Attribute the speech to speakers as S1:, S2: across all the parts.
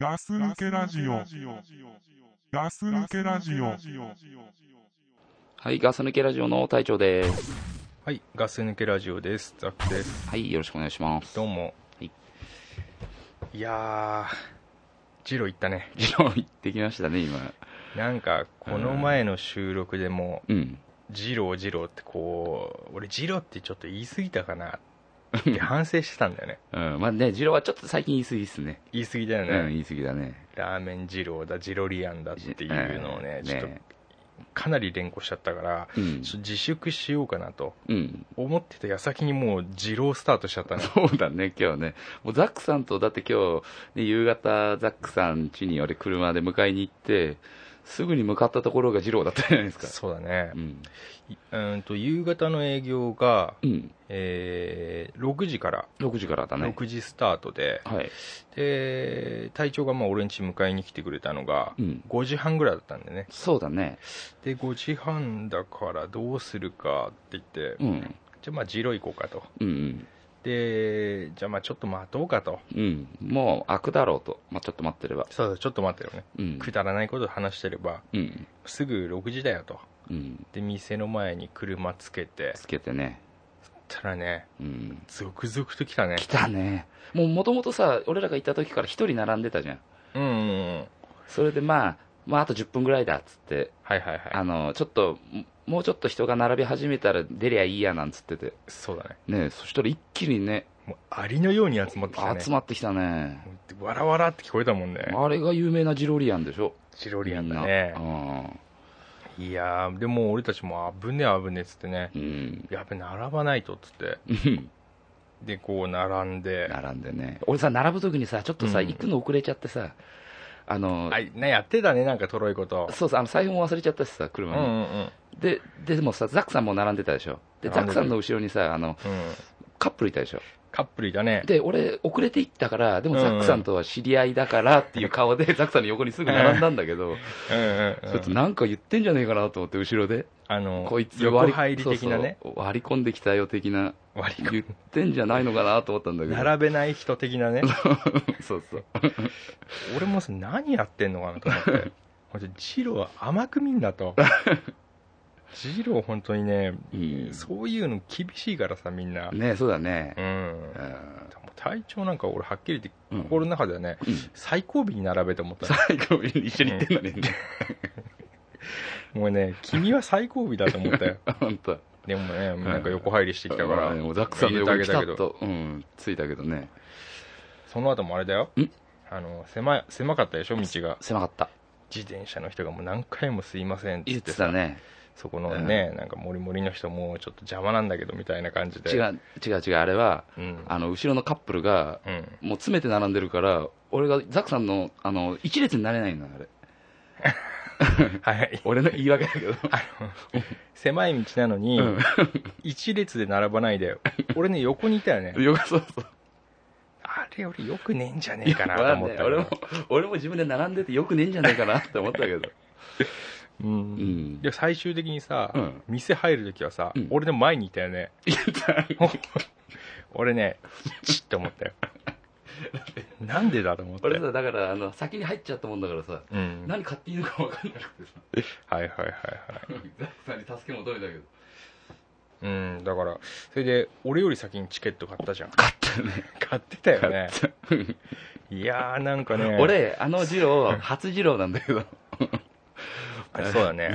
S1: ガス抜けラジオ。ガス抜けラジオ。
S2: はい、ガス抜けラジオの隊長です。
S3: はい、ガス抜けラジオです。ザックです。
S2: はい、よろしくお願いします。
S3: どうも。
S2: はい
S3: いやー、ジロ行ったね。
S2: ジロー行ってきましたね、今。
S3: なんか、この前の収録でも、
S2: うん。
S3: ジロージローってこう、俺ジローってちょっと言い過ぎたかなって反省してたんだよね。
S2: うん、まあね、ジローはちょっと最近言い過ぎですね。
S3: 言い過ぎだよ
S2: うん、
S3: ね。
S2: 言い過ぎだね。
S3: ラーメンジローだ、ジロリアンだっていうのをね、
S2: ん
S3: ちょっとかなり連呼しちゃったから、
S2: うん
S3: ちょっ。と自粛しようかなと
S2: うん。
S3: 思ってた矢先にもうジロースタートしちゃったね。
S2: そうだね、今日ね。もうザックさんと、だって今日、ね、夕方、ザックさん家に俺車で迎えに行って、すぐに向かったところがジローだったじゃないですか。
S3: そうだね
S2: う。ん。
S3: いうんと、夕方の営業が、
S2: うん。
S3: えー6時から
S2: 6時からだね。
S3: 6時スタートで、
S2: はい。
S3: で隊長がまあ俺ん家迎えに来てくれたのが
S2: うん。
S3: 5時半ぐらいだったんでね
S2: そうだね。
S3: で5時半だからどうするかって言って、
S2: うん。
S3: じゃあまあジロ行こうかと
S2: うんうん。
S3: でじゃあまあちょっと待とうかと
S2: うん。もう開くだろうと。まあ、ちょっと待ってれば。
S3: そうだちょっと待ってよね
S2: うん。
S3: くだらないこと話してれば
S2: うん。
S3: すぐ6時だよと
S2: うん。
S3: で店の前に車つけて
S2: つけてね。
S3: たらね
S2: うん。
S3: 続々と来たね
S2: 来たね。もうもともとさ、俺らが行った時から一人並んでたじゃん。
S3: うんうんうん
S2: それでまあ、まああと10分ぐらいだっつって、
S3: はいはいは
S2: あ
S3: い
S2: の、ちょっと、もうちょっと人が並び始めたら出りゃいいやなんつってて。
S3: そうだね
S2: ねそしたら一気にね、
S3: もうアリのように集まってきたね
S2: 集まってきたね。
S3: わらわらって聞こえたもんね。
S2: あれが有名なジロリアンでしょ。
S3: チロリアン
S2: みん
S3: だ
S2: な
S3: ね。いやー、でも俺たちも危ね危ねっつってね。
S2: うん。うん。
S3: やべ、並ばないとっつって。
S2: うん
S3: で、こう並んで。
S2: 並んでね。俺さ、並ぶ時にさ、ちょっとさ、
S3: うん
S2: 行くの遅れちゃってさ、あの、
S3: あ、な、やってたね、なんかとろいこと。
S2: そうそう、あの財布も忘れちゃったしさ、
S3: う
S2: 車
S3: ん
S2: に。
S3: うんうん。
S2: で、ででもさ、ザックさんも並んでたでしょ。で、ザック
S3: 並んでた
S2: さんの後ろにさ、あの、
S3: うん。
S2: カップルいたでしょ。
S3: カップルいたね。
S2: で、俺、遅れて行ったから、でも
S3: うんうん
S2: ザックさんとは知り合いだからっていう顔で、ザックさんの横にすぐ並んだんだけど、
S3: うんうん
S2: ちょっ
S3: う
S2: と
S3: ん。
S2: なんか言ってんじゃねえかなと思って、後ろで。
S3: あの、
S2: こいつ
S3: 横
S2: 割り、
S3: 入り的なね。
S2: そうそう割り込んできたよ的な、
S3: 割り込
S2: 言ってんじゃないのかなと思ったんだけ
S3: み。
S2: ど。
S3: 並べない人的なね。
S2: そうそう。
S3: 俺もさ何やってんのかなと思 って。ほんとジローは甘く見んなと。ジロー本当にね、
S2: うん
S3: そういうの厳しいからさ、みんな。
S2: ねそうだね
S3: う。ん
S2: う。ん
S3: 体調なんか俺はっきり言って
S2: うん
S3: 心の中ではね、
S2: うん
S3: 最後尾に並べて思ったの
S2: 最後に一緒に行ってんのにね。
S3: もうね君は最後尾だと 思ったよ
S2: 本当。
S3: でもねなんか横入りしてきたから、
S2: うんもうザックさんの横
S3: 入
S2: にピ
S3: れて
S2: タ
S3: あげ
S2: ッ
S3: たけど
S2: と、うん、ついたけどね。
S3: その後もあれだよ
S2: ん
S3: あの狭い狭かったでしょ道が
S2: 狭かった。
S3: 自転車の人がもう何回も「すいません」って
S2: 言
S3: 言
S2: っ
S3: って
S2: て
S3: さ
S2: たね。
S3: そこのね、なんかモリモリの人もちょっと邪魔なんだけどみたいな感じで
S2: 違う、違う違う、あれは、
S3: うん
S2: あの、後ろのカップルが、
S3: うん
S2: もう詰めて並んでるから、俺がザクさんの、あの、一列になれないの、あれ。
S3: はい
S2: 俺の言い訳だけど。
S3: 狭い道なのに、
S2: うん
S3: 一列で並ばな いで俺ね横にいたよね
S2: よくそうそう。
S3: あれ俺よくねえんじゃねえかなと思ったけど
S2: 俺も、俺も自分で並んでてよくねえんじゃないかなって思ったけど。
S3: う
S2: うんん。
S3: で最終的にさ、
S2: うん
S3: 店入るときはさ、
S2: うん
S3: 俺の前にいたよね
S2: いやだ
S3: 俺ねチッって 思ったよなんでだと思って
S2: 俺さ、だから、あの、先に入っちゃったもんだからさ、
S3: うん、はい
S2: 何買っていいのか分かんなくてさ、
S3: はいはいはい
S2: ザクさんに助け求めたけど。
S3: うんだからそれで俺より先にチケット買ったじゃん
S2: 買ったね。
S3: 買ってたよね
S2: 買っ
S3: いやーなんかね
S2: 俺、あの二郎、初二郎なんだけど。
S3: あそう だね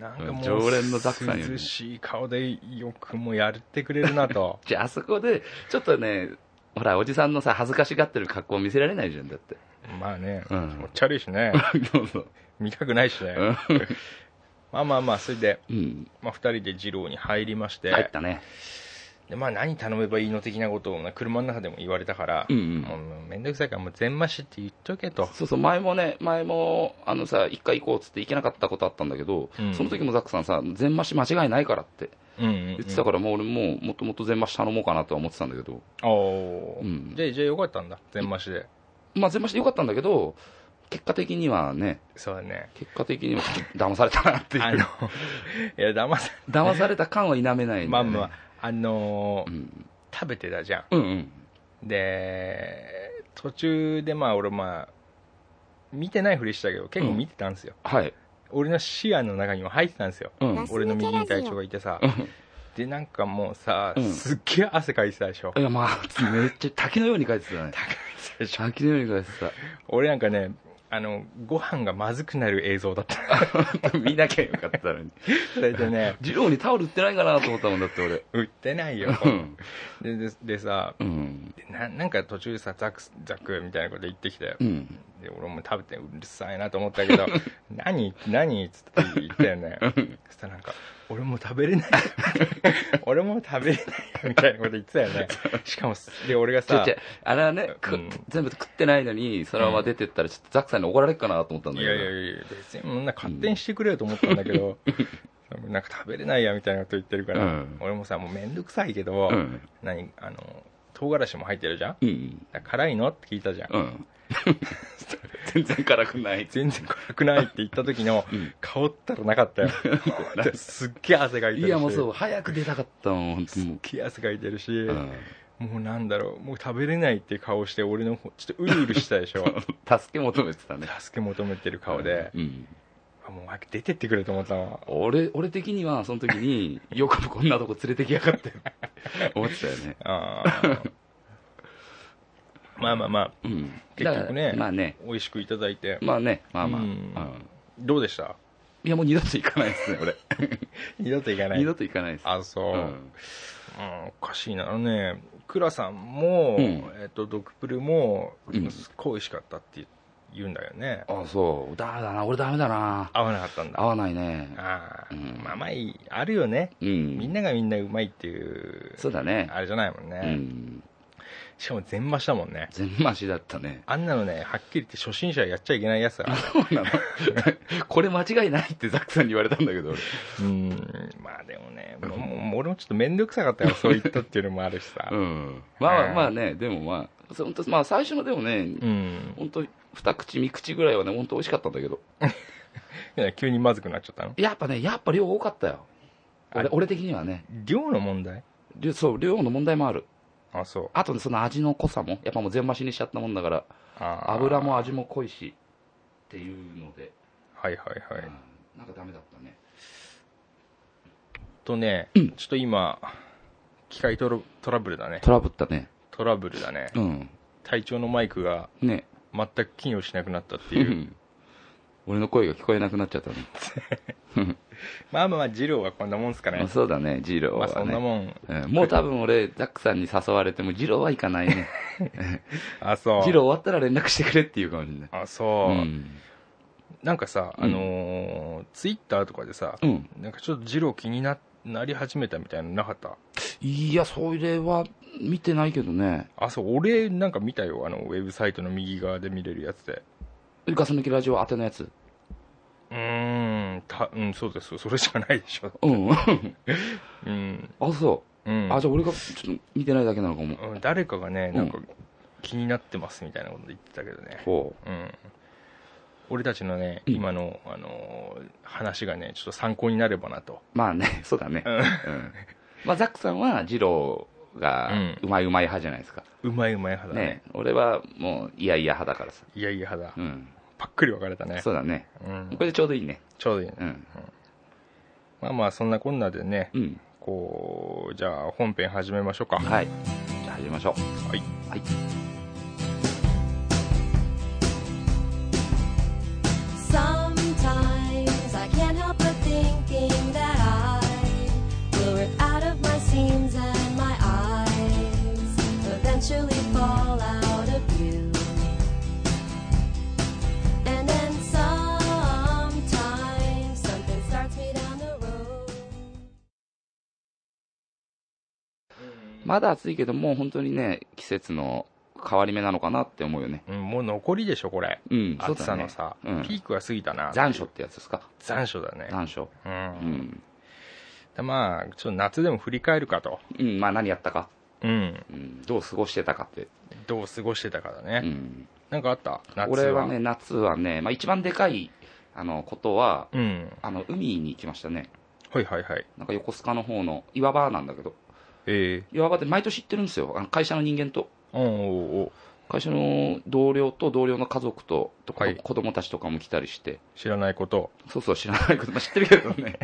S3: なんかもう
S2: 常連のザックさんよね
S3: 涼しい顔でよくもやってくれるなと
S2: じゃあ、あそこで、ちょっとね、ほら、おじさんのさ、恥ずかしがってる格好見せられないじゃん、だって。
S3: まあね、
S2: うん
S3: 気持ち悪い しね
S2: どうぞ。
S3: 見たくないしね
S2: うん
S3: まあまあまあそれで、
S2: うん。
S3: まあ、2人で二郎に入りまして、
S2: 入ったね。
S3: でまあ、何頼めばいいの的なことを、ね、車の中でも言われたから、
S2: うん
S3: もうもうめんどくさいからもう全マシって言っとけと
S2: そうそう、前もね、前も、あのさ、一回行こうっつって行けなかったことあったんだけど、
S3: うん
S2: その時もザックさんさ、全マシ間違いないからって
S3: うんうん、
S2: 言ってたから、もう俺もう、もっともっと全マシ頼もうかなとは思ってたんだけど、
S3: らおー
S2: うん
S3: じゃあじゃあよかったんだ全マシで、
S2: まあ全マシでよかったんだけど、結果的にはね、
S3: そうだね
S2: 結果的に は騙されたなってい。
S3: あのいう や騙さ
S2: 騙された感は否めないんだよね、
S3: まあまああのー
S2: うん。
S3: 食べてたじゃ
S2: うんうん。
S3: んで途中でまあ俺まあ見てないふりしたけど結構見てたんですよ、
S2: はい。
S3: 俺の視野の中にも入ってたんですよ
S2: うん。
S4: ラス
S3: 俺の右に隊長がいてさ
S2: うん
S3: でなんかもうさ、
S2: うん
S3: すっげえ汗かいてたでしょ
S2: いや、まあ、めっちゃ滝のように書いてたね。滝のように書いて
S3: 俺なんかねあのご飯がまずくなる映像だった
S2: た。見なきゃよかったのに。
S3: それでね
S2: ジローにタオル売ってないかなと思ったもんだって、俺。
S3: 売ってないよ
S2: うん。
S3: でででさ
S2: うん。
S3: でななんか途中さザクザクみたいなこと言ってきたよ
S2: うん。
S3: で俺も食べてうるさいなと思った けど何何っつって言ったよねそしたらなんか俺もう食べれない 俺もう食べれないみたいなこと言ってたよねしかもで俺が
S2: ちょ
S3: さ
S2: ちょ、あれはね、く
S3: うん
S2: 全部食ってないのに、そのまま出てったら、ちょっとザクさんに怒られるかなと思ったんだ
S3: い
S2: け
S3: や
S2: ど。
S3: いやいや別にそんな勝手にしてくれよと思ったんだけど、 なんか食べれないやみたいなこと言ってるから、
S2: うん
S3: 俺もさもうめんどくさいけど、
S2: うん。
S3: 何あの唐辛子も入ってるじゃん
S2: うん。
S3: だから辛いのって聞いたじゃん、
S2: うん。 全然辛くない。
S3: 全然辛くないって言った時の
S2: うん
S3: 香ったらな かったよすっげえ汗がいてるし
S2: いや、もう そう、早く出たかったもん、本当
S3: すっ
S2: もう。
S3: げえ汗がいてるし、
S2: うん
S3: もうなんだろうもう食べれないって顔して俺の方ちょっとうるうるしたでしょ
S2: 助け求めてたね。
S3: 助け求めてる顔で、
S2: うん。
S3: あもう早く出てってくれと思ったわ
S2: 俺、俺的には、その時 に、よくもこんなとこ連れてきやがって、思ってたよね。
S3: あーまあまあまあ
S2: うん。
S3: 結局ね
S2: だからまあね。
S3: 美味しくいただいて、
S2: まあね、まあまあ。
S3: う
S2: うんん。
S3: どうでした
S2: いや、もう二度と行かないですね、俺。
S3: 二度とい かな
S2: 二
S3: い
S2: 度と行かないです。
S3: あそう、
S2: う
S3: うん
S2: ん。
S3: おかしいなあのね倉さんも、
S2: うん
S3: えっとドクプルも、
S2: うん
S3: すっごい美味しかったって言うんだよね
S2: あ、そう。ダメだな、俺ダメだな。
S3: 合わなかったんだ
S2: 合わないね。
S3: あ
S2: う
S3: あ、
S2: ん
S3: まあ甘いあるよね
S2: うん。
S3: みんながみんなうまいっていう
S2: そうだね。
S3: あれじゃないもんね、
S2: うん。
S3: しかも全麻したもんね
S2: 全マシだったね。
S3: あんなのねはっきり言って初心者はやっちゃいけないやつだ
S2: そうなのこれ間違いないってザックさんに言われたんだけど、俺。
S3: うんまあでもねもうもう俺もちょっと面倒くさ かったからそう言ったっていうのもあるしさ
S2: うん。まあまあまあね、でもまあ、そう本当まあ最初のでもね、
S3: うん
S2: 本当二口三口ぐらいはね、本当美味しかったんだけど。
S3: いや急にまずくなっちゃったの
S2: やっぱね、やっぱ量多かったよ。
S3: あ
S2: 俺俺的にはね。
S3: 量の問題
S2: 量そう、量の問題もある。
S3: あそう
S2: あとね、その味の濃さも、やっぱもう全増しにしちゃったもんだから、
S3: あー
S2: 油も味も濃いし、っていうので、
S3: はいはいはい、
S2: うんなんかダメだったね。
S3: とね、ちょっと今機械トラトラブルだね
S2: トラブったね。
S3: トラブルだね
S2: うん。
S3: 体調のマイクが
S2: ね。
S3: 全く機能しなくなったって
S2: う
S3: いうん
S2: 俺の声が聞こえなくなっちゃったね。
S3: まあまあまあ二郎はこんなもんすか
S2: まあ
S3: ね
S2: そうだね、ジロー
S3: ま
S2: は
S3: あ
S2: ね。
S3: そんなもん
S2: うんもう多分俺、ザックさんに誘われても、ジローは行かないね。
S3: あそう
S2: ジロー終わったら連絡してくれっていうかもしれない。
S3: あそう、
S2: うん。
S3: なんかさ
S2: うん
S3: あのーツイッターとかでさ、
S2: うん。
S3: なんかちょっと二郎気にななり始めたみたいなのなかった
S2: いや、それは見てないけどね。
S3: あそう俺なんか見たよあのウェブサイトの右側で見れるやつで
S2: ガス抜きラジオ宛てのやつ。
S3: うーんたうんそうですそれしかないでしょ
S2: うん。あ、
S3: うん
S2: そ
S3: うん
S2: う。あ、じゃあ俺がちょっと見てないだけなのかも。
S3: うん誰かがね
S2: うん
S3: なんか気になってますみたいなこと言ってたけどね、
S2: ほ
S3: うん、俺たちのね
S2: うん
S3: 今の、あのー話がねちょっと参考になればなと
S2: う。まあね、 そうだね。
S3: うん
S2: うん。まあ、ザックさんは、ジローが
S3: うん、
S2: うまいうまい派じゃないですか。
S3: うまいうまい派だね
S2: ね。俺は、もう、いやいや派だからさ。
S3: いやいや派
S2: う
S3: だ
S2: ん。
S3: パックリ分かれたね
S2: そうだね。
S3: うん
S2: これでちょうどいいね。
S3: ちょうどいいね
S2: うん。
S3: まあまあそんなこんなでね
S2: うん。
S3: こうじゃあ本編始めましょうか
S2: はい。じゃあ始めましょう。
S3: はい
S2: はい。
S5: Sometimes I can't help but thinking that I will rip out of my seams and my eyes eventually fall out of view. And then sometimes something starts me down the road.
S2: まだ暑いけど、もう本当にね、季節の変わり目なのかなって思うよね。
S3: うんもう残りでしょこれ
S2: うん、そう
S3: 暑
S2: だ
S3: さ
S2: ね
S3: のさ、
S2: うん
S3: ピークは過ぎたな
S2: 残暑ってやつですか
S3: 残暑だね
S2: 残暑。
S3: う
S2: うんん。
S3: でまあちょっと夏でも振り返るかと
S2: うん、まあ何やったか、
S3: うん
S2: うん、どう過ごしてたかって。
S3: どう過ごしてたかだ
S2: う
S3: ね、
S2: ん。
S3: なんかあった夏は
S2: 俺はね、夏はね、まあ一番でかい、あの、ことは、
S3: うん
S2: あの、海に行きましたね。
S3: はいはいはい
S2: なんか横須賀の方の岩場なんだけど、
S3: え
S2: 岩場って毎年行ってるんですよ。あの会社の人間と。
S3: えおうおうおう
S2: 会社の同僚と同僚の家族ととか、
S3: はい
S2: 子供たちとかも来たりして、
S3: 知らないことを
S2: そうそう知らないこと、まあ、知ってるけどね、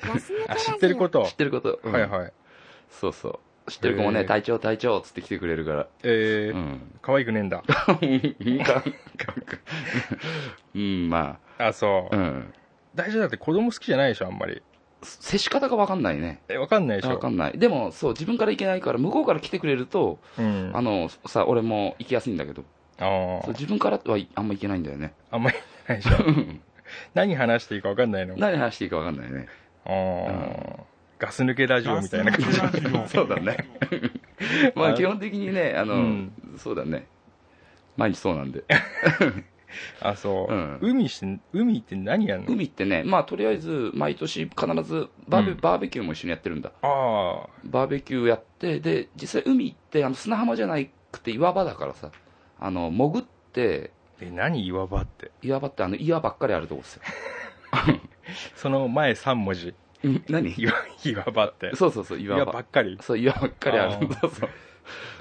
S3: あ知ってることを
S2: 知ってること、うん
S3: はいはい
S2: そうそう、知ってる子も
S3: へ
S2: ね、
S3: ー
S2: 隊長、隊長っつって来てくれるから、
S3: え
S2: う
S3: ー、
S2: ん、
S3: 可愛くねえんだ
S2: うん、ま
S3: あそう
S2: あ、うん、
S3: 大丈夫だって子供好きじゃないでしょあんまり
S2: 接し方が分かんないね、
S3: えわかんないでし
S2: 分
S3: ょ
S2: かんない、でもそう、自分から行けないから、向こうから来てくれると、
S3: うん
S2: あのさ、俺も行きやすいんだけど、
S3: あー
S2: そう自分からはいあんま行けないんだよね、
S3: あんまりないでしょ何話していいかわかんないの
S2: 何話していいか分かんない ね。
S3: あーガス抜けラジオみたいな感じ
S1: ガス抜け ラジオ
S2: そうだね。まあ基本的にね、あの、
S3: うん
S2: そうだね。毎日そうなんで。
S3: あそう、
S2: うん
S3: 海して海って何やんの
S2: 海ってね、まあとりあえず、毎年必ずバーベ、
S3: うん
S2: バーベキューも一緒にやってるんだ。
S3: あ
S2: バーベキューやって、で、実際海ってあの砂浜じゃなくて岩場だからさ、あの、潜って、
S3: ーえ何岩場って
S2: 岩場ってあの岩ばっかりあるとこですよ。
S3: その前3文字
S2: 何
S3: 岩岩場って
S2: そうそうそう、岩
S3: 岩
S2: 場。
S3: ばっかり
S2: そう、岩ばっかりあるんだ。そうそう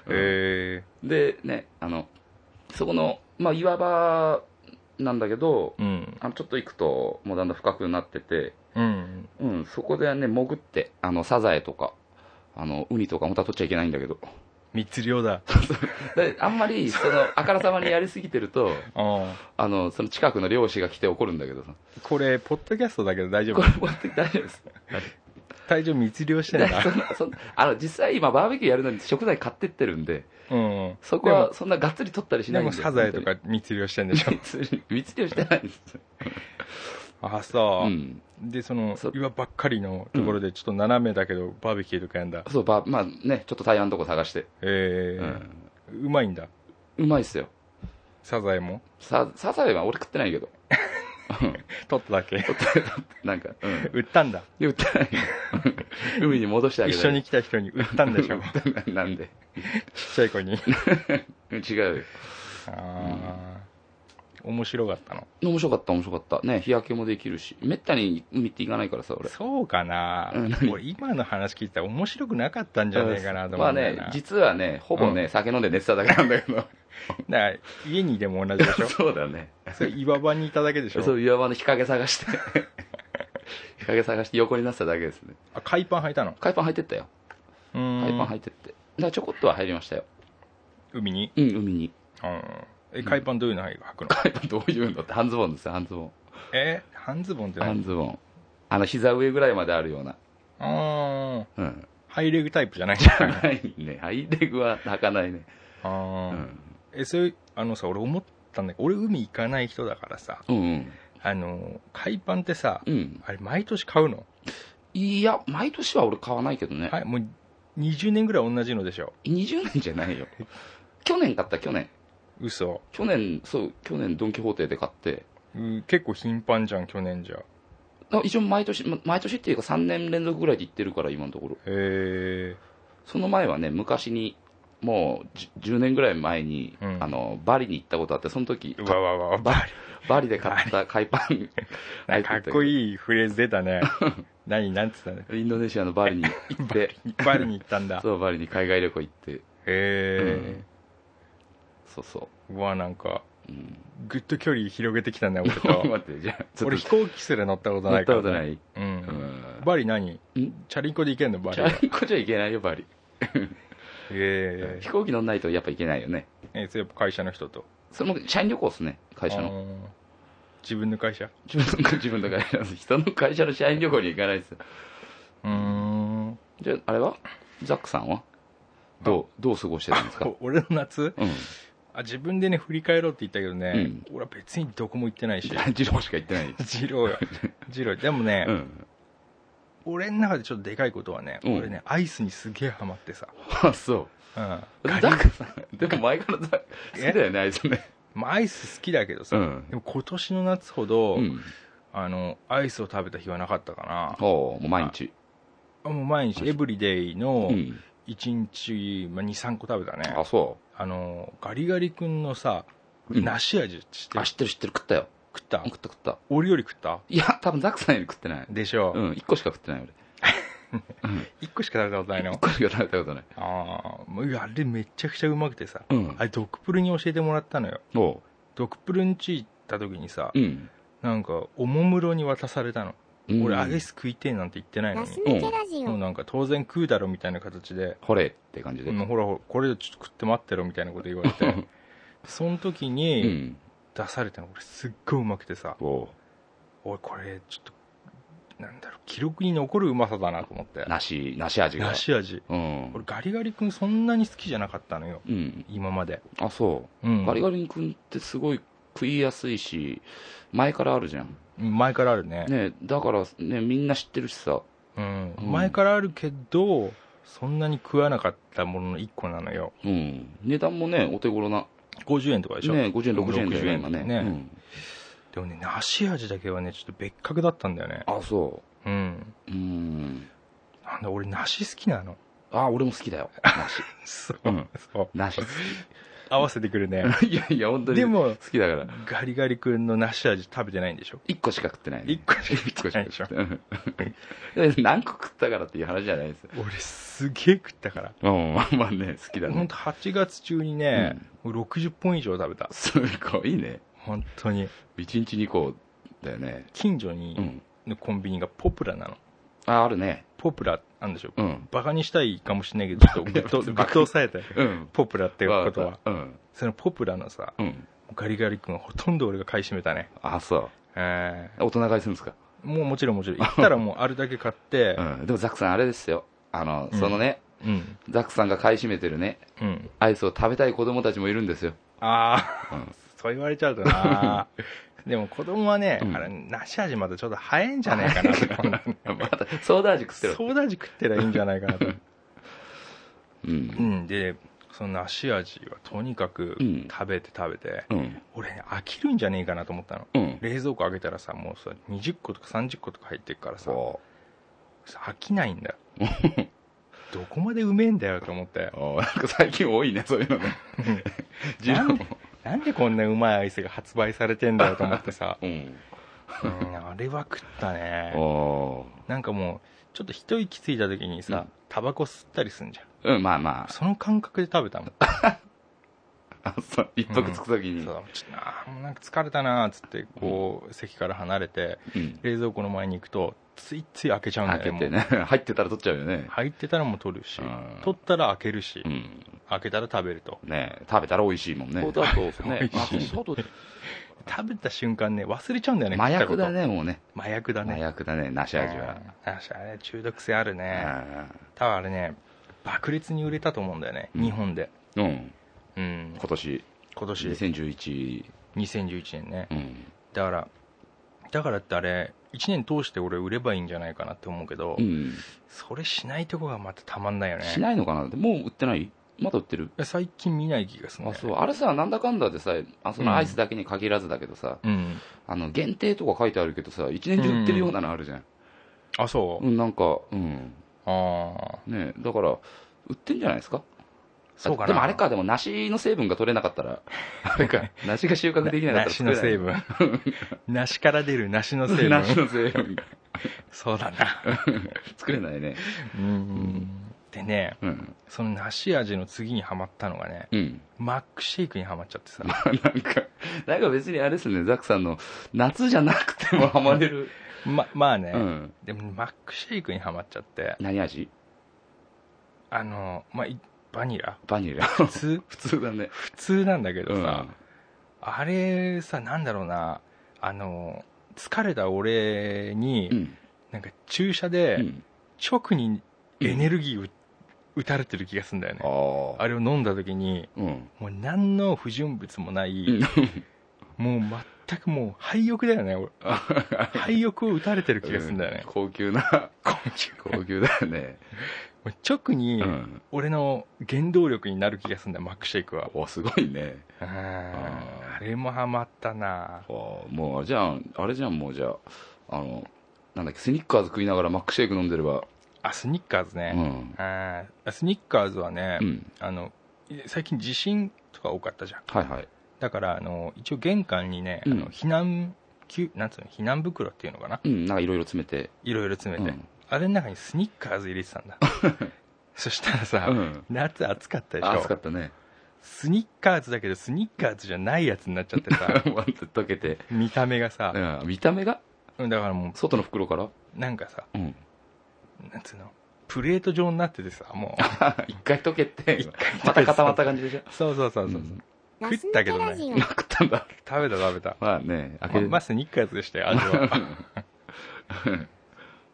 S2: うん
S3: え
S2: で、ね、あの、そこの、まあ岩場なんだけど、
S3: ー、うん
S2: あのちょっと行くと、もうだんだん深くなってて、
S3: うん
S2: うん、そこでね、潜って、あの、サザエとか、あの、ウニとか本当は取っちゃいけないんだけど、
S3: 密漁だ
S2: であんまり、その、あからさまにやりすぎてると、
S3: あ
S2: あの、その近くの漁師が来て怒るんだけどさ、
S3: ーこれポッドキャストだけど大丈
S2: こ
S3: 夫
S2: れ持ってきて大丈夫です。
S3: 体重密漁してん
S2: で
S3: だ
S2: そんなそんなあの、実際今バーベキューやるのに食材買ってってるんで、
S3: うん
S2: そこはそんながっつり取ったりし
S3: で
S2: ないん
S3: も
S2: で。
S3: サザエとか密漁してんでしょ
S2: 本当に。密密漁してないんですよ。
S3: あそうう、
S2: ん。
S3: でその
S2: そう
S3: 岩ばっかりのところでちょっと斜めだけどバーベキューとかやんだ
S2: そう、ば、まあね、ちょっと台湾のとこ探して。
S3: え
S2: う
S3: ー
S2: ん。
S3: うまいんだ
S2: うまいっすよ。
S3: サザエも
S2: ササザエは俺食ってないけど。
S3: 取っただけ
S2: なんか、 うん。
S3: 売ったんだ
S2: で、売ってない。 海に戻してあげ
S3: 一
S2: た
S3: 緒に来た人に売ったんでしょちっ
S2: に。 なんで。
S3: ちゃい子 に
S2: 違うよ。
S3: ああ面白かったの
S2: 面白かった、面白かった。ね、日焼けもできるし。めったに海って行かないからさ、俺。
S3: そうかな
S2: うん
S3: 俺今の話聞いたら面白くなかったんじゃねえかなと
S2: ま
S3: 思
S2: あ
S3: うんだよ
S2: ね
S3: な、、
S2: 実はね、ほぼね、酒飲んで寝てただけなんだけど。
S3: だから家にでも同じでしょ
S2: そうだね。
S3: それ岩場にいただけでし
S2: そう、
S3: ょ
S2: 岩場の日陰探して。 日陰探して横になってただけですね。
S3: あ海パン履いたの
S2: 海パン入ってったよ。
S3: うーん
S2: 海パン入ってって。だからちょこっとは入りましたよ。
S3: 海に
S2: うん、海に。
S3: うんえ海パンどういうの履くの
S2: 海パン どういうのって半ズボンですよ、半ズボン。
S3: え半ズボンって何
S2: 半ズボン。あの、膝上ぐらいまであるような。
S3: あー
S2: うん。
S3: ハイレグタイプじゃないんだ
S2: ないね。ハイレグは履かないね。
S3: あ
S2: う
S3: ー
S2: ん。
S3: えそういうあのさ俺思ったんだけど俺海行かない人だからさ
S2: うんうん。
S3: あの海パンってさ
S2: うん。
S3: あれ毎年買うの、
S2: いや、毎年は俺買わないけどね。
S3: はい、もう20年ぐらい同じのでしょ
S2: 20年じゃないよ。去年買った、去年。
S3: 嘘
S2: 去年、そう、去年ドン・キホーテで買って。
S3: うん結構頻繁じゃん去年じゃへ
S2: あ一応毎年、ま毎年っていうか3年連続ぐらいで行ってるから、今のところ。
S3: え
S2: その前はね、昔に、もうじ 10, 年ぐらい前に、
S3: うん
S2: あの、バリに行ったことあって、その時、
S3: うわわ わわ
S2: バリバリで買った海 パン。
S3: なん かかっこ
S2: い。
S3: いいフレーズ出たね 何なんつったの
S2: インドネシアのバリに行って、
S3: バリに行ったんだ へ
S2: そう、バリに海外旅行行って、
S3: え、
S2: そうそう
S3: わなんか
S2: う。うん、
S3: ぐっと距離広げてきたね俺
S2: 待
S3: と
S2: って、じゃあ、ちょっ
S3: 俺
S2: と
S3: 飛、行機すら乗ったこと
S2: 乗
S3: な
S2: っ
S3: い
S2: た
S3: から
S2: ことない。
S3: うん
S2: うん
S3: バリ何
S2: ん
S3: チャリンコで行けんのバ
S2: チ
S3: リはへ
S2: ャリンコじゃいけないよ、バリ。
S3: え
S2: 飛行機乗んないとやっぱいけないよね。
S3: えそれやっぱ会社の人と
S2: それも社員旅行っすね、会社の。
S3: あー自分の会社
S2: 自分の 自分の会社の、人の会社の社員旅行に行かないですよ。
S3: うーん
S2: じゃあ、あれはザックさんはどう、どう過ごしてたん ですか
S3: お俺の夏
S2: うん。
S3: あ自分でね振り返ろうって言ったけどね、俺は別にどこも行って ないし
S2: ジローしか行ってない。
S3: ジローよジローでもね、
S2: うん。
S3: 俺の中でちょっとでかいことはね、
S2: うん
S3: 俺ねアイスにすげえハマってさ、
S2: あ、そう。
S3: うん
S2: ザックさん、でも前からザック、好きだよね、あいつね。
S3: まあ、アイス好きだけどさ、
S2: うん
S3: でも今年の夏ほど、
S2: うん。
S3: あのアイスを食べた日はなかったかな
S2: おうもう毎日。
S3: あもう毎日エブリデイの
S2: うん。
S3: 1日、まあ、23個食べたね
S2: あ、そ
S3: あのガリガリ君のさ、
S2: うん
S3: 梨味知って
S2: う。
S3: る
S2: あ、知ってる知ってる、食ったよ。
S3: 食った
S2: 食った食った。
S3: 俺より食った
S2: いや、多分ザックさんより食ってない。
S3: でしょ、
S2: うん、一個しか食ってない俺。
S3: 一個しか食べたことないの
S2: これが食べたことない。
S3: ああもういやあれめちゃくちゃうまくてさ、
S2: うん
S3: あれドクプルに教えてもらったのよ
S2: おう。
S3: ドクプルんち行った時にさ、
S2: うん。
S3: なんかおもむろに渡されたの、
S2: うん
S3: 俺アイス食いてえなんて言ってないの
S4: ガ
S3: に
S4: ス抜けラジ
S3: もう
S4: オ。
S3: なんか当然食うだろみたいな形で
S2: ほれって感じ
S3: 「
S2: で。
S3: うんほらほらこれちょっと食って待ってろ」みたいなこと言われてその時
S2: う
S3: に
S2: ん。
S3: 出されたの俺すっごいうまくてさ
S2: おう。
S3: おいこれちょっとなんだろう記録に残るうまさだなと思って
S2: 梨、梨味が。
S3: 梨味
S2: うん。
S3: 俺ガリガリ君そんなに好きじゃなかったのよ
S2: うん。
S3: 今まで、
S2: あ、そう。
S3: うん、
S2: ガリガリ君ってすごい食いやすいし、前からあるじゃん。
S3: 前からあるね
S2: ねだからね、みんな知ってるしさ。
S3: うん
S2: うん
S3: 前からあるけどそんなに食わなかったものの1個なのよ
S2: うん。値段もね、お手頃な。
S3: 50円とかでしょ、
S2: ね50円、60円だよね、今ね。
S3: ね
S2: うん
S3: でもね梨味だけはねちょっと別格だったんだよね
S2: あ、そ
S3: うん
S2: う。うん。
S3: なんだ俺梨好きなの
S2: あ、俺も好きだよ。梨。
S3: そう、
S2: うん
S3: そう
S2: 梨好
S3: 合わせてくるね
S2: き。いやいや、本当に。
S3: でも
S2: 好きだから。
S3: ガリガリ君の梨味食べてないんでしょ
S2: 一個しか食ってない、ね。
S3: 一個しか食って
S2: 一個し
S3: な
S2: か
S3: いでし
S2: 食
S3: ょ
S2: ってない何個食ったからっていう話じゃないです。
S3: 俺すげえ食ったから
S2: うん、まあまあね、好きだ
S3: ほん
S2: ね。
S3: と8月中にね、もう60本以上食べた
S2: すごいね。
S3: 本当に
S2: 一日2個だよね。
S3: 近所
S2: う
S3: に
S2: ん。
S3: のコンビニがポプラなの
S2: あ、あるね。
S3: ポプラなんでしょ
S2: うん。
S3: バカにしたいかもしれないけど、ちょっとぐっと、ぐっと抑えて。
S2: うん。
S3: ポプラっていうことは。。
S2: うん。
S3: そのポプラのさ、
S2: うん。
S3: ガリガリ君はほとんど俺が買い占めたね。
S2: あ、そう。
S3: え
S2: 大人買いするんですか。
S3: ーもうもちろんも ちろん。行ったらもうあれだけ買って
S2: う、ん。でもザックさんあれですよ。あの、
S3: うん
S2: そのね、
S3: うん。
S2: ザックさんが買い占めてるね、
S3: うん。
S2: アイスを食べたい子供たちもいるんですよ。
S3: ああ、
S2: うん
S3: そう言われちゃうと なでも子供はね、
S2: うん
S3: あれ、梨味まだちょっと早いんじゃないかなと 思う。
S2: また、ソーダ味食ってる。
S3: ソーダ味食ってりゃいいんじゃないかなと。
S2: う。
S3: うんん。で、その梨味はとにかく
S2: うん
S3: 食べて食べて、
S2: うん。
S3: 俺ね、飽きるんじゃねえかなと思ったの。
S2: うん。
S3: 冷蔵庫開けたらさもうさ20個とか30個とか入ってるからさ
S2: そ
S3: さ飽きないん だよどこまでうめえんだよと思って
S2: う。おなんか最近多いね、そういうのね。ジロー も。、
S3: なんでこんなうまいアイスが発売されてんだよと思ってさ
S2: うん。
S3: うんあれは食ったね
S2: お
S3: なんかもうちょっと一息ついた時に
S2: う
S3: さ
S2: ん
S3: タバコ吸ったりすんじゃん
S2: ーうん、まあま
S3: その感覚で食べたもん
S2: あ。あ、そう。一泊つくときに。
S3: そうちょっとあーもうなんか疲れたなーっつってこう席から離れて
S2: うん。
S3: 冷蔵庫の前に行くとついつい開けちゃうんだ
S2: 開
S3: よ
S2: けて
S3: もう
S2: ね。 入ってたら取っちゃうよね。
S3: 入ってたらもう取るし
S2: うん
S3: 取ったら開けるし
S2: うん。
S3: 開けたら食べると
S2: ね食べたら美味しいもんね。
S6: そうだとね、
S3: 美
S6: あ
S3: 味しい
S6: そうだと
S3: 食べた瞬間ね忘れちゃうんだよね
S2: 麻薬だ
S3: 食ったこ
S2: ね、もうね。
S3: と麻薬だね
S2: 麻薬だね、梨味は。
S3: うん確かにあれ中毒性あるね
S2: う
S3: 多分あれね爆裂に売れたと思うんだよね、
S2: うん
S3: 日本で
S2: んうん、
S3: うん
S2: 今年、
S3: 今年
S2: 2011、
S3: 2011年ね
S2: うん、
S3: だからだからってあれ1年通して俺売ればいいんじゃないかなって思うけど、
S2: うん、
S3: それしないとこがまたたまんないよね
S2: しないのかな、もう売ってないまだ売ってる
S3: 最近見ない気がするん
S2: あ
S3: だよ
S2: そ
S3: ね
S2: うあれさ、なんだかんだでさ、あそのアイスだけに限らずだけどさ、
S3: うん
S2: あの限定とか書いてあるけどさ、一年中売ってるようなのあるじゃん、
S3: あそう、
S2: うん、なんか、うん、
S3: ああ
S2: ねだから、売ってんじゃないですか、
S3: そうかな
S2: でもあれか、でも梨の成分が取れなか ったら、あれか、梨が収穫できなかったら
S3: 梨の 成分梨から出る梨の
S2: 作れ
S3: 成
S2: ない、梨
S3: 分
S2: の成分が
S3: そうだな
S2: 作れないね、
S3: うんでね
S2: うん、
S3: その梨味の次にはまったのがね
S2: うん。
S3: マックシェイクにはまっちゃってさ
S2: なんか、なんか別にあれですね、ザクさんの、夏じゃなくてもハ マれる。
S3: ままあ ね、
S2: うん。
S3: でもマックシェイクにはまっちゃって
S2: 何味
S3: あのまあいバニラ
S2: バニラ。
S3: 普通
S2: 普通だね。
S3: 普通なんだけど
S2: うん。
S3: さ、あれさなんだろうなあの疲れた俺に、
S2: うん。
S3: なんか注射
S2: う
S3: で
S2: ん。
S3: 直にエネルギーを打たれてる気がするんだよね、
S2: ああ。
S3: あれを飲んだ時に
S2: うん。
S3: もう何の不純物もない、
S2: うん
S3: もう全くもう廃浴だ よね俺廃浴を打たれてる気がするんだよね、
S2: 高級な、
S3: 高級
S2: 高級だよね。
S3: もう直に
S2: うん。
S3: 俺の原動力になる気がするんだよマックシェイクは
S2: お、すごいね。
S3: う
S2: ー
S3: んあれもハマったな
S2: あーもう、じゃあ、あれじゃん、もうじゃあ、あの、なんだっけ、スニッカーズ食いながらマックシェイク飲んでれば。
S3: あスニッカーズ
S2: う
S3: ね、
S2: ん。
S3: あースニッカーズはね、
S2: うん。
S3: あの最近地震とか多かったじゃん
S2: はいはい。
S3: だからあの一応玄関にね、
S2: うん
S3: あの避難きゅなんつうの避難袋っていうのかな
S2: うん、なんかいろいろ詰めて。
S3: いろいろ詰めて、
S2: うん
S3: あれの中にスニッカーズ入れてた んだそしたらさ、
S2: うん
S3: 夏暑かったでし
S2: あ
S3: ょ
S2: 暑かったね
S3: スニッカーズだけどスニッカーズじゃないやつになっちゃってさ
S2: わって溶けて、
S3: 見た目がさ、
S2: うん、見た目が
S3: だからも
S2: 外の袋から
S3: うなんかさ
S2: うん
S3: なんつうのプレート状になっててさもう
S2: 一回溶けて
S3: 一回溶けて
S2: また固まった感じでしょ
S3: そうそうそうそう、
S2: うん
S3: 食ったけどね
S2: なくったんだ
S3: 食べた食べた
S2: まあね開け
S3: ままあスニッカーズでしたよ味は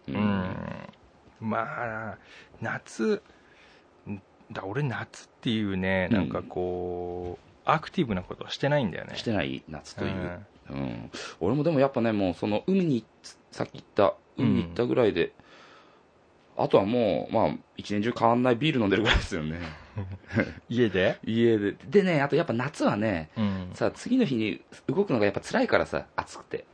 S2: う
S3: うんんまあ夏だ俺夏っていうねなんかこう、アクティブなことはしてないんだよね
S2: してない夏という、
S3: うん
S2: うん、俺もでもやっぱねもうその海にさっき言った海に行ったぐらいで、あとはもうまあ一年中変わんないビール飲んでるぐらいですよね
S3: 家で、
S2: 家ででねあとやっぱ夏はね
S3: うん
S2: さ次の日に動くのがやっぱ辛いからさ暑くて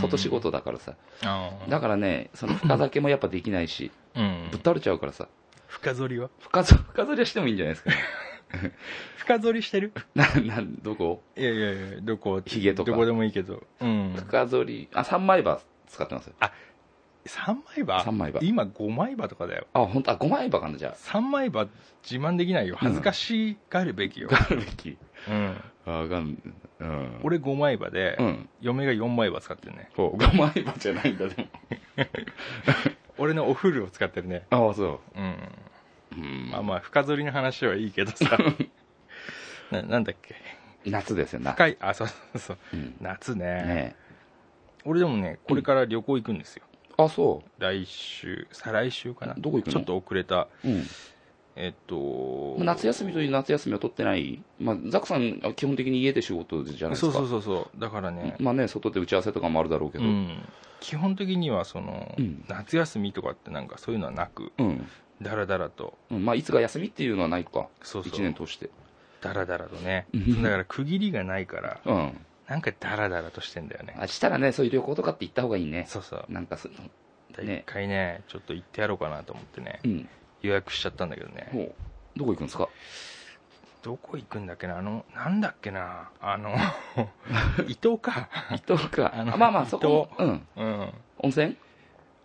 S2: 外仕事だからさ、
S3: あー
S2: だからねその深酒もやっぱできないし
S3: うん
S2: ぶっ倒れちゃうからさ
S3: 深剃りは
S2: 深ぞ深ぞりはしてもいいんじゃないですか、 ね、
S3: 深剃りしてる
S2: ななんどこ
S3: いやいやいやどこ
S2: ヒゲとか
S3: どこでもいいけどうん
S2: 深ぞりあ三枚刃使ってますよ
S3: 3枚刃
S2: 三枚刃
S3: 今5枚刃とかだよ
S2: あ本当あ5枚刃かなじゃ
S3: 3枚刃自慢できないよ恥ずかしがるべきよ
S2: あ、ガルベキ
S3: うん、
S2: ああかんうん
S3: 俺5枚刃で、
S2: うん
S3: 嫁が4枚刃使ってるね
S2: そう5枚刃じゃないんだでも
S3: 俺のおフルを使ってるね
S2: ああそ
S3: うん
S2: う、うん
S3: まあまあ深剃りの話はいいけど さななんだっけ
S2: 夏ですよな、
S3: 深いあそうそうそう
S2: うん
S3: 夏ね
S2: ね
S3: 俺でもねこれから旅行行くんですよ、
S2: えあそ
S3: 来週再来週かな
S2: どこ行くの
S3: ちょっと遅れた
S2: う、うん、
S3: えっと
S2: 夏休みという夏休みは取ってない、まあ、ザクさんは基本的に家で仕事じゃないです
S3: そう
S2: か
S3: そうそうそうだからね、
S2: まあね外で打ち合わせとかもあるだろうけ
S3: う
S2: ど、
S3: ん、基本的にはその、
S2: うん
S3: 夏休みとかってなんかそういうのはなく
S2: うん
S3: だらだらと
S2: うんまあ、いつが休みっていうのはないか
S3: そうそう
S2: 1年通して
S3: だらだらとね
S2: うん
S3: だから区切りがないから
S2: うん
S3: なんかだらだらとしてんだよね
S2: あしたらねそういう旅行とかって行った方がいいね
S3: そうそう
S2: なんかすのね
S3: 一回ねちょっと行ってやろうかなと思ってね
S2: うん
S3: 予約しちゃったんだけどね
S2: ほうどこ行くんですか
S3: どこ行くんだっけなあのなんだっけな あの伊東か
S2: 伊東か
S3: あの
S2: あまあまあそこ
S3: 伊
S2: もうん
S3: うん
S2: 温泉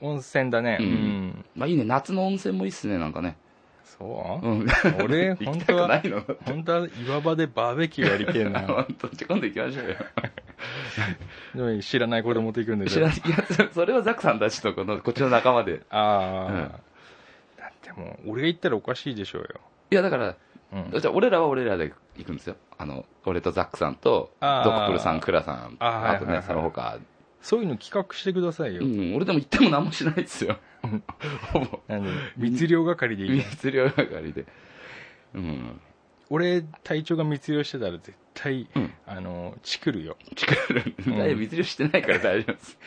S3: 温泉だね
S2: う
S3: うんん、
S2: まあいいね夏の温泉もいいっすねなんかね
S3: そう、
S2: うん
S3: 俺
S2: 行
S3: 本
S2: きた
S3: 当
S2: くな
S3: はい
S2: の
S3: 本当は岩場でバーベキューや りてえな
S2: 本当今度行きましょうよ
S3: でも知らない子供と行くんで
S2: 知らないいやそそれはザクさんたちとこのこっちの仲間で
S3: ああ、
S2: うん
S3: だってもう俺が行ったらおかしいでしょうよ、
S2: いやだから
S3: うん、
S2: じゃあ俺らは俺らで行くんですよあの俺とザックさんと
S3: あー
S2: ドクプルさんクラさん
S3: あーはい
S2: あとね
S3: はいはい
S2: その他
S3: そういうの企画してくださいうよ、
S2: ん俺でも行っても何もしないですよほぼ
S3: 何密漁係でいいよ
S2: 密漁係でうん
S3: 俺隊長が密漁してたら絶対、
S2: うん
S3: あのチクるよ
S2: 力大丈夫密漁してないから大丈夫です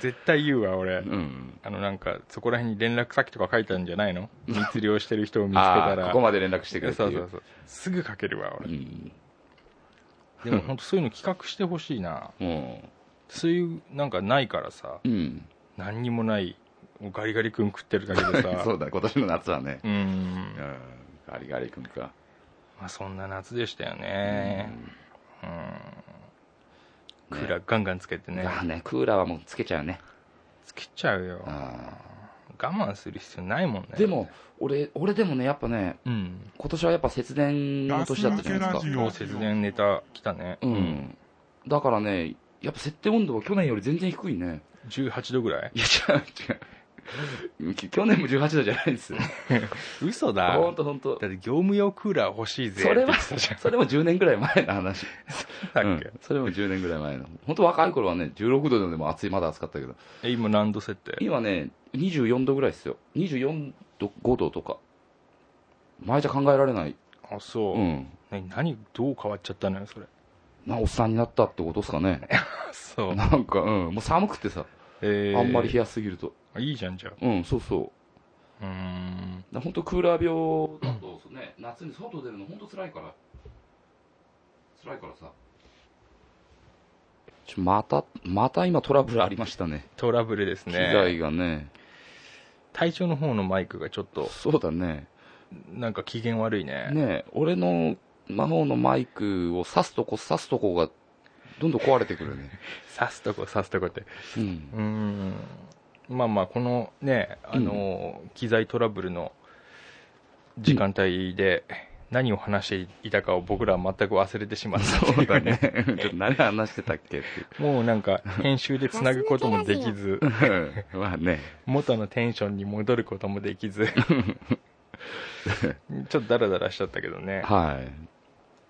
S3: 絶対言うわ俺、
S2: うん
S3: あのなんかそこら辺に連絡先とか書いてあるんじゃないの密漁してる人を見つけ
S2: あ
S3: た
S2: あー
S3: ら
S2: ここまで連絡してくれって
S3: そ
S2: いう
S3: うそうそうすぐ書けるわ
S2: う
S3: 俺
S2: ん
S3: でも本当そういうの企画してほしいな
S2: も
S3: そういうなんかないからさ
S2: ううん
S3: 何にもないもうガリガリ君食ってるだけでさ
S2: そうだ今年の夏はね
S3: うん
S2: うんガリガリ君か
S3: まあ、そんな夏でしたよねうん、クーラーガンガンつけてね
S2: まあねクーラーはもうつけちゃうね
S3: つけちゃうよ我
S2: あ
S3: 慢する必要ないもんね
S2: ーでも俺俺でもねやっぱね
S3: うん
S2: 今年はやっぱ節電の年だったじゃないですか
S1: ガス抜けラジオ
S3: もう節電ネタ来たね
S2: うん、だからねやっぱ設定温度は去年より全然低いね
S3: 18度ぐらい
S2: いや違う違うき去年も18度じゃないですよ
S3: 嘘だ
S2: ほん
S3: だ
S2: とほんと
S3: って業務用クーラー欲しいぜ
S2: それ
S3: って
S2: は
S3: 言ってたじゃん
S2: それも10年ぐらい前の話
S3: だっけ
S2: うんそれも10年ぐらい前の本当若い頃はね16度でも暑いまだ暑かったけど
S3: え今何度設定
S2: 今ね24度ぐらいですよ24度5度とか前じゃ考えられない
S3: あそう、
S2: うん
S3: ね何どう変わっちゃったのよそれ
S2: なおっさんになったってことですかね
S3: そう
S2: なんかうんもう寒くてさ
S3: えー
S2: あんまり冷やしすぎると
S3: いいじゃんじゃあ
S2: うんそうそう
S3: うーん
S2: だ本当クーラー病だとね、夏に外出るの本当辛いから辛いからさちょまたまた今トラブルありましたね
S3: トラブルです
S2: 機
S3: ね
S2: 材がね
S3: 体調の方のマイクがちょっと
S2: そうだね
S3: なんか機嫌悪いね
S2: ねえ俺の魔法のマイクを刺すとこ刺すとこ がどんどん壊れてくるね、
S3: 刺すとこ刺すとこって
S2: うん
S3: うーんまあまあこのねあの、機材トラブルの時間帯で何を話していたかを僕らは全く忘れてしまったって
S2: そ
S3: いう
S2: だね。 ちょっと何話してたっけっていう
S3: もうなんか編集でつなぐこともできず
S2: うん。まあね。
S3: 元のテンションに戻ることもで きずちょっとダラダラしちゃったけどね、
S2: はい。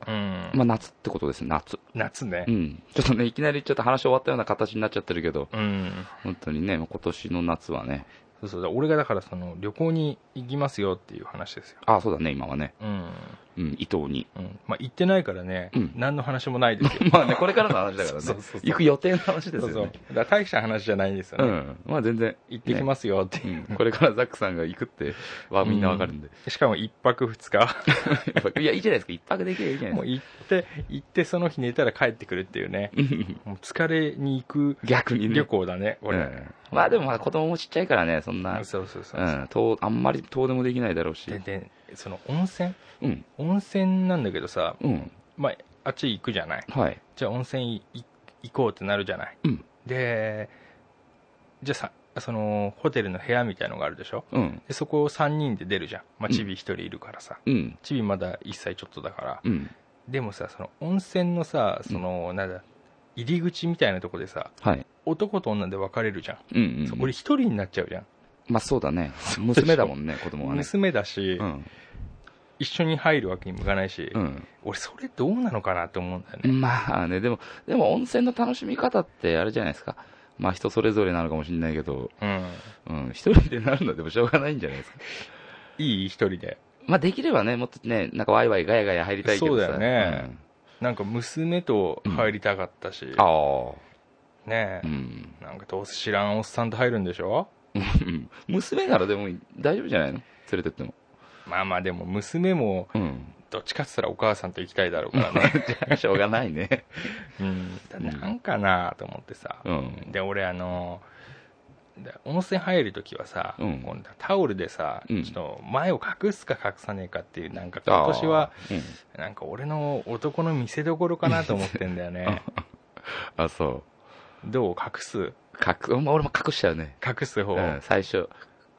S3: うん
S2: まあ夏ってことですね、夏。
S3: 夏ね
S2: うん。ちょっとね、いきなりちょっと話終わったような形になっちゃってるけど、
S3: うん
S2: 本当にね、今年の夏はね。
S3: そうそうだ俺がだからその旅行に行きますよっていう話ですよ
S2: ああ、そうだね、今はね。
S3: うん、
S2: うん、伊藤に。
S3: うん、まあ行ってないからね、
S2: うん
S3: 何の話もないです よ
S2: まあね、これからの話だからね
S3: そうそうそう。
S2: 行く予定の話です
S3: そうそ
S2: よ
S3: う
S2: ね。
S3: だから大した話じゃないんですよ
S2: う
S3: ね、
S2: ん。まあ全然。
S3: 行ってきますよって、
S2: ね。うん。これからザックさんが行くって、はみんなわかるんで。
S3: しかも一泊二日
S2: やっぱいや、いいじゃないですか。一泊できればいいじゃな
S3: も
S2: いうで
S3: 行って行ってその日寝たら帰ってくるっていうね
S2: すか。
S3: もう疲れに行く
S2: 逆にね。
S3: 旅行だね
S2: う
S3: 俺、
S2: んまあでもまあ子供もちっちゃいからね、そんな、
S3: そうそうそうう、
S2: ん、遠あんまり遠出もできないだろうし
S3: で。でその温泉
S2: うん、
S3: 温泉なんだけどさ、
S2: うん、
S3: まあ、あっち行くじゃない
S2: はい。
S3: じゃあ温泉い行こうってなるじゃない、
S2: うん
S3: でじゃあさそのホテルの部屋みたいのがあるでしょ
S2: うん、
S3: でそこを3人で出るじゃん、まあ、チビ1人いるからさ、
S2: うん、
S3: チビまだ1歳ちょっとだから
S2: うん、
S3: でもさその温泉のさその、なんだ入り口みたいなとこでさ
S2: はい。
S3: 男と女で別れるじゃん、
S2: うん、う
S3: そ
S2: ん。
S3: 俺1人になっちゃうじゃん、
S2: まあそうだね。娘だもんね、子供はね。
S3: 娘だし、
S2: うん、
S3: 一緒に入るわけにもいかないし、
S2: うん。
S3: 俺それどうなのかなって思うんだよね、
S2: まあね、でも、でも温泉の楽しみ方ってあれじゃないですか。まあ人それぞれなのかもしれないけど、
S3: うん、
S2: うん、一人でなるのはでもしょうがないんじゃないですか。
S3: いい一人で
S2: まあできればね、もっとね、なんかワイワイガヤガヤ入りたいけどさ。
S3: そうだよねなんか娘と入りたかったし、
S2: うん。あ
S3: ね
S2: あ、う
S3: え、
S2: ん。
S3: なんかどうせ知らんおっさんと入るんでしょ
S2: うん娘ならでも大丈夫じゃないの連れてっても。
S3: まあまあでも娘も
S2: うん。
S3: どっちかっつったらお母さんと行きたいだろうからね、
S2: しょうがないね。
S3: うん、だからなんかなと思ってさ、
S2: うん。
S3: で俺あので温泉入るときはさ、
S2: うん
S3: 今度はタオルでさ、
S2: うん
S3: ちょっと前を隠すか隠さねえかっていうなんか今年は
S2: あー、うん
S3: なんか俺の男の見せどころかなと思ってんだよね
S2: あ、 そう。
S3: どう隠す
S2: 隠、まあ、俺も隠しちゃうね。
S3: 隠す方、
S2: うん、最初。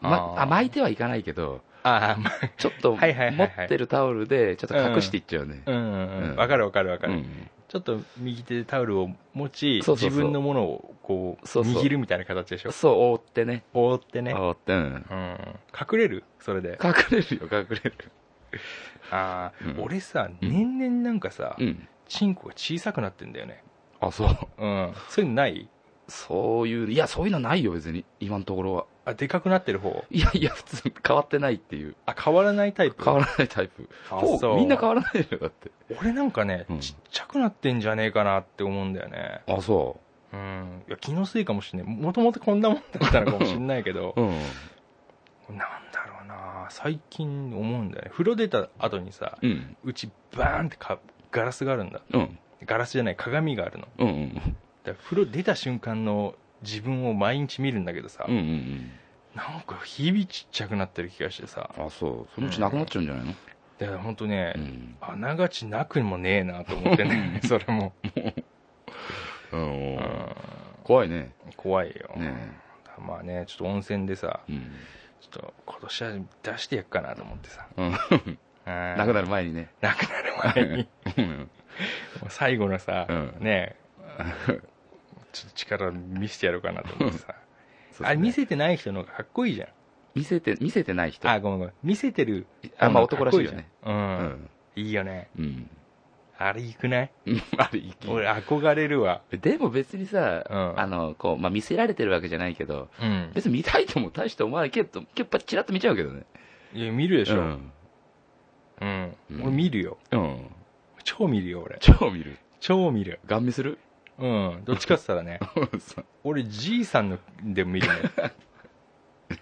S3: あ
S2: ま、
S3: ー
S2: あ、巻いてはいかないけど、
S3: ああまあ
S2: ちょっと持
S3: はいはいはいはい
S2: ってるタオルで、ちょっと隠していっちゃうね。
S3: うんうんうんわかるわかるわか
S2: う
S3: る、
S2: ん。
S3: ちょっと右手でタオルを持ち
S2: そうそうそう
S3: 自分のものをこう
S2: そうそう
S3: 握るみたいな形でしょ
S2: そう、覆ってね。
S3: 覆ってね、
S2: 覆って、うん。
S3: うん、隠れるそれで
S2: 隠れるよ、隠れる。
S3: ああ、
S2: うん
S3: 俺さ
S2: うん
S3: 年々なんかさ、
S2: うん。
S3: チンコが小さくなってんだよね
S2: あ、そう。
S3: うんそういうのない
S2: そういう、いや、そういうのないよ、別に。今のところは。
S3: あでかくなってる方
S2: いやいや、普通、変わってないっていう。
S3: あ変わらないタイプ
S2: 変わらないタイプ。
S3: あ
S2: ほう
S3: そう
S2: みんな変わらないよ、だって。
S3: 俺なんかね、
S2: うん
S3: ちっちゃくなってんじゃねえかなって思うんだよね
S2: あ、そ
S3: うんいや気のせいかもしんないもともとこんなもんだったのかもしんないけど
S2: う。うん。
S3: なんだろうな最近思うんだよね風呂出た後にさ
S2: うん。
S3: うちバーンってかガラスがあるんだ
S2: うん。
S3: ガラスじゃない鏡があるの
S2: うんうん。
S3: だから風呂出た瞬間の自分を毎日見るんだけどさ、
S2: うんうんうん。
S3: なんか日々ちっちゃくなってる気がしてさ
S2: あ、そう。そのうちなくなっちゃうんじゃないの
S3: だから本当ね、
S2: うん。
S3: あながちなくもねえなと思ってね それも、
S2: うん
S3: うん、
S2: 怖いね。
S3: 怖いよ、
S2: ね
S3: だからまあねちょっと温泉でさ
S2: え。うん。
S3: ちょっと今年は出してやっかなと思ってさ、
S2: うん。
S3: うん
S2: なくなる前にね。
S3: なくなる前に
S2: うん。
S3: もう最後のさ、
S2: うん
S3: ねえちょっと力見せてやろうかなと思ってさ
S2: そうそう
S3: あれ見せてない人の方がかっこいいじゃん
S2: 見せて、見せてない人。
S3: あ、ごめんごめん。見せてる。
S2: あまあ男らしいよね。う
S3: う。
S2: んん。
S3: いいよね。
S2: うん。
S3: あれ、いくない
S2: うんあれ、生
S3: 俺、憧れるわ。
S2: き。でも別にさ、
S3: うん
S2: あの、こう、まあ、見せられてるわけじゃないけど、
S3: うん。
S2: 別に見たいとも大して思わないけど、結構チラッと見ちゃうけどね。
S3: いや、見るで
S2: で
S3: しょ。う。
S2: うんん。うん
S3: 俺、見るよ。
S2: うん。
S3: 超見るよ、俺。
S2: 超見る。
S3: 超見る。
S2: ガン見する
S3: うん。どっちかって言ったらね、
S2: そう
S3: 俺、じいさんのでも見る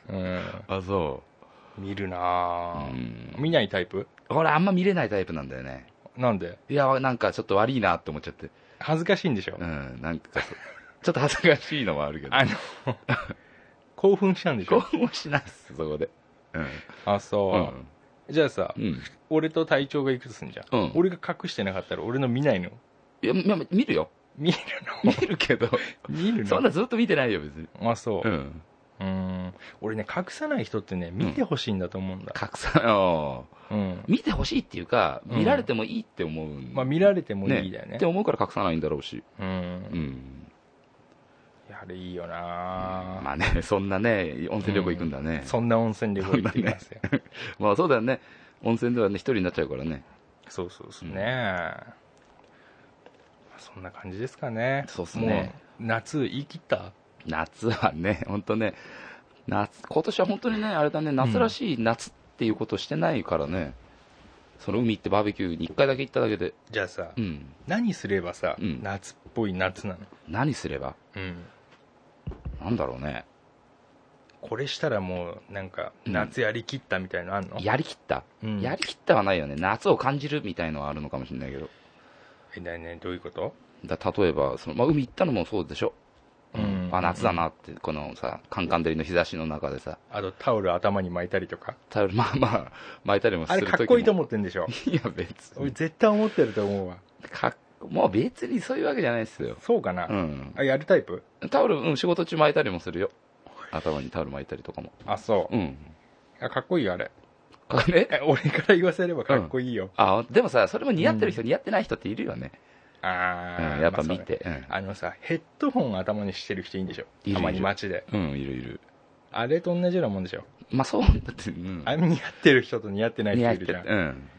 S3: ね。
S2: あ、そ
S3: うん。見る
S2: う。
S3: な
S2: う
S3: ぁ。
S2: ん
S3: 見ないタイプ
S2: 俺あんま見れないタイプなんだよね。
S3: なんで
S2: いや、なんかちょっと悪いなって思っちゃって。
S3: 恥ずかしいんでしょ
S2: うん、なんかそう、ちょっと恥ずかしいのもあるけど。
S3: あの、興奮したんでし
S2: 興
S3: ょ
S2: 奮しないっす、そこで。うん。
S3: あ、
S2: うん
S3: そ。う。じゃあさ
S2: う、ん。
S3: 俺と隊長がいくつすんじゃん
S2: うん。
S3: 俺が隠してなかったら俺の見ないの
S2: いや、まあ見るよ。
S3: 見る
S2: 見るけど、
S3: の見るの
S2: そんなずっと見てないよ、別に。
S3: あそう、
S2: うん。
S3: うん俺ね隠さない人ってね見てほしいんだと思うんだ、
S2: 拡散、あー
S3: うん
S2: 見てほしいっていうか、見られてもいいって思う、
S3: まあ、見られてもいいだよね
S2: って思うから隠さないんだろうし、
S3: うん
S2: うん、
S3: いやあれいいよな、
S2: まあね、 そんなね、温泉旅行行くんだね、
S3: そんな温泉旅行行ってきますよ、
S2: まあそうだよね、温泉ではね、一人になっちゃうからね、
S3: そうそうそう
S2: うん
S3: ねえ、そんな感じですかね
S2: そうっすね
S3: もう夏言い切った
S2: 夏はね、 本当ね、夏、今年は本当にね、あれだね、夏らしい夏っていうことしてないからね、その海行ってバーベキューに一回だけ行っただけで、
S3: じゃあさ、
S2: うん、
S3: 何すればさ、
S2: うん
S3: 夏っぽい夏なの
S2: 何すれば、
S3: うん
S2: なんだろうね、
S3: これしたらもうなんか
S2: うん
S3: 夏やりきったみたいのあんの、
S2: やりきった、
S3: うん
S2: やりきったはないよね、夏を感じるみたいのはあるのかもしれないけど、
S3: えだいねどういうこと
S2: だ例えばその、まあ、海行ったのもそうでしょ、
S3: うん
S2: あ夏だなって、このさ、カンカン照りの日差しの中でさ、
S3: あとタオル頭に巻いたりとか
S2: タオル、まあまあ、巻いたりもす
S3: あ
S2: る
S3: れ
S2: 時も
S3: かっこいいと思ってんでしょ
S2: いや、別
S3: 俺
S2: に。
S3: 絶対思ってると思うわ
S2: かっもう別にそういうわけじゃないですよ。
S3: そうかな、
S2: うん。
S3: あやるタイプ
S2: タオル、うん、仕事中巻いたりもするよ。頭にタオル巻いたりとかも。
S3: あそう、
S2: うん。
S3: あかっこいいよあれ
S2: かね
S3: え俺から言わせればかっこいいよ、
S2: あ、でもさ、それも似合ってる人、似合ってない人っているよね。
S3: ああ、
S2: うん、やっぱ
S3: まあ
S2: 見て。
S3: そうあのさヘッドホン頭にしてる人いいんでしょ
S2: いる
S3: たま
S2: い
S3: に
S2: る
S3: 街で
S2: うん、うん、いるいる。
S3: あれと同じようなもんでしょ
S2: まあそうだって、うん。
S3: あれ似合ってる人と似合ってない
S2: 似
S3: 人
S2: 合
S3: い
S2: って
S3: るじゃん、
S2: る。うん。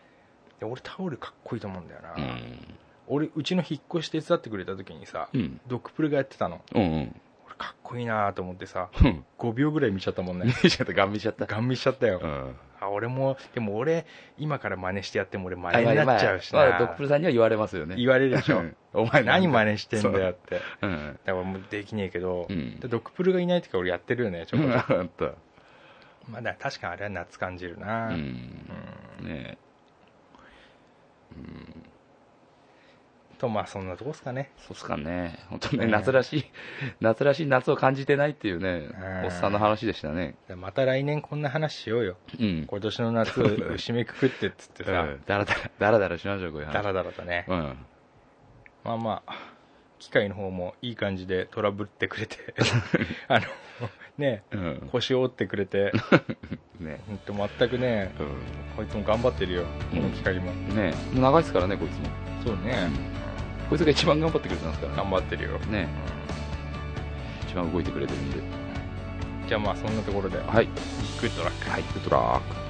S3: で俺タオルかっこいいと思うんだよな、
S2: うん。
S3: 俺うちの引っ越し手伝ってくれた時にさ、
S2: うん。
S3: ドクプルがやってたの
S2: うんうん。
S3: 俺かっこいいなと思ってさ
S2: うん。
S3: 5秒ぐらい見ちゃったもんね
S2: 見ちゃった、 ガン見ちゃった。
S3: ガン見しちゃったよ、
S2: うん。
S3: あ俺もでも俺今から真似してやっても俺真
S2: あ
S3: 似に
S2: 今
S3: なっちゃうし
S2: まあ、ドッ
S3: な
S2: プルさんには言われますよね。
S3: 言われるでしょ
S2: うんお前
S3: 何
S2: なんだ
S3: 真似してんだよって
S2: うん。
S3: だからもうできねえけど、
S2: うん
S3: でドクプルがいない時から俺やってるよねちょこち ょこ
S2: あった。
S3: まあ、だから確かにあれは夏感じるな、
S2: うん。ねえ。
S3: とまあそんなとこですかね
S2: そうっすかね。本当ね、
S3: ね
S2: 夏らしい、 夏らしい夏を感じてないっていうね
S3: ね、
S2: おっさんの話でしたね。
S3: だからまた来年こんな話しようよ
S2: うん。
S3: 今年の夏を締めくくってっつって
S2: う
S3: さ、
S2: んだらだら、だらだらしましょう、こういう話。
S3: ダラダラとね、
S2: うん。
S3: まあまあ機械の方もいい感じでトラブってく れてあのね
S2: うん。
S3: 腰を折ってくれ て
S2: ね
S3: ほんと全くね
S2: う
S3: こいつも頑張ってるよこの機械も
S2: ん。ねえ。もう長いですからね、こいつも。
S3: そうね
S2: こいつが一番頑張ってくれてますからね
S3: 頑張ってるよ
S2: ねえ。一番動いてくれてるんで。
S3: じゃあまあそんなところで
S2: はい。
S3: グッドラック
S2: はい、グッドラック。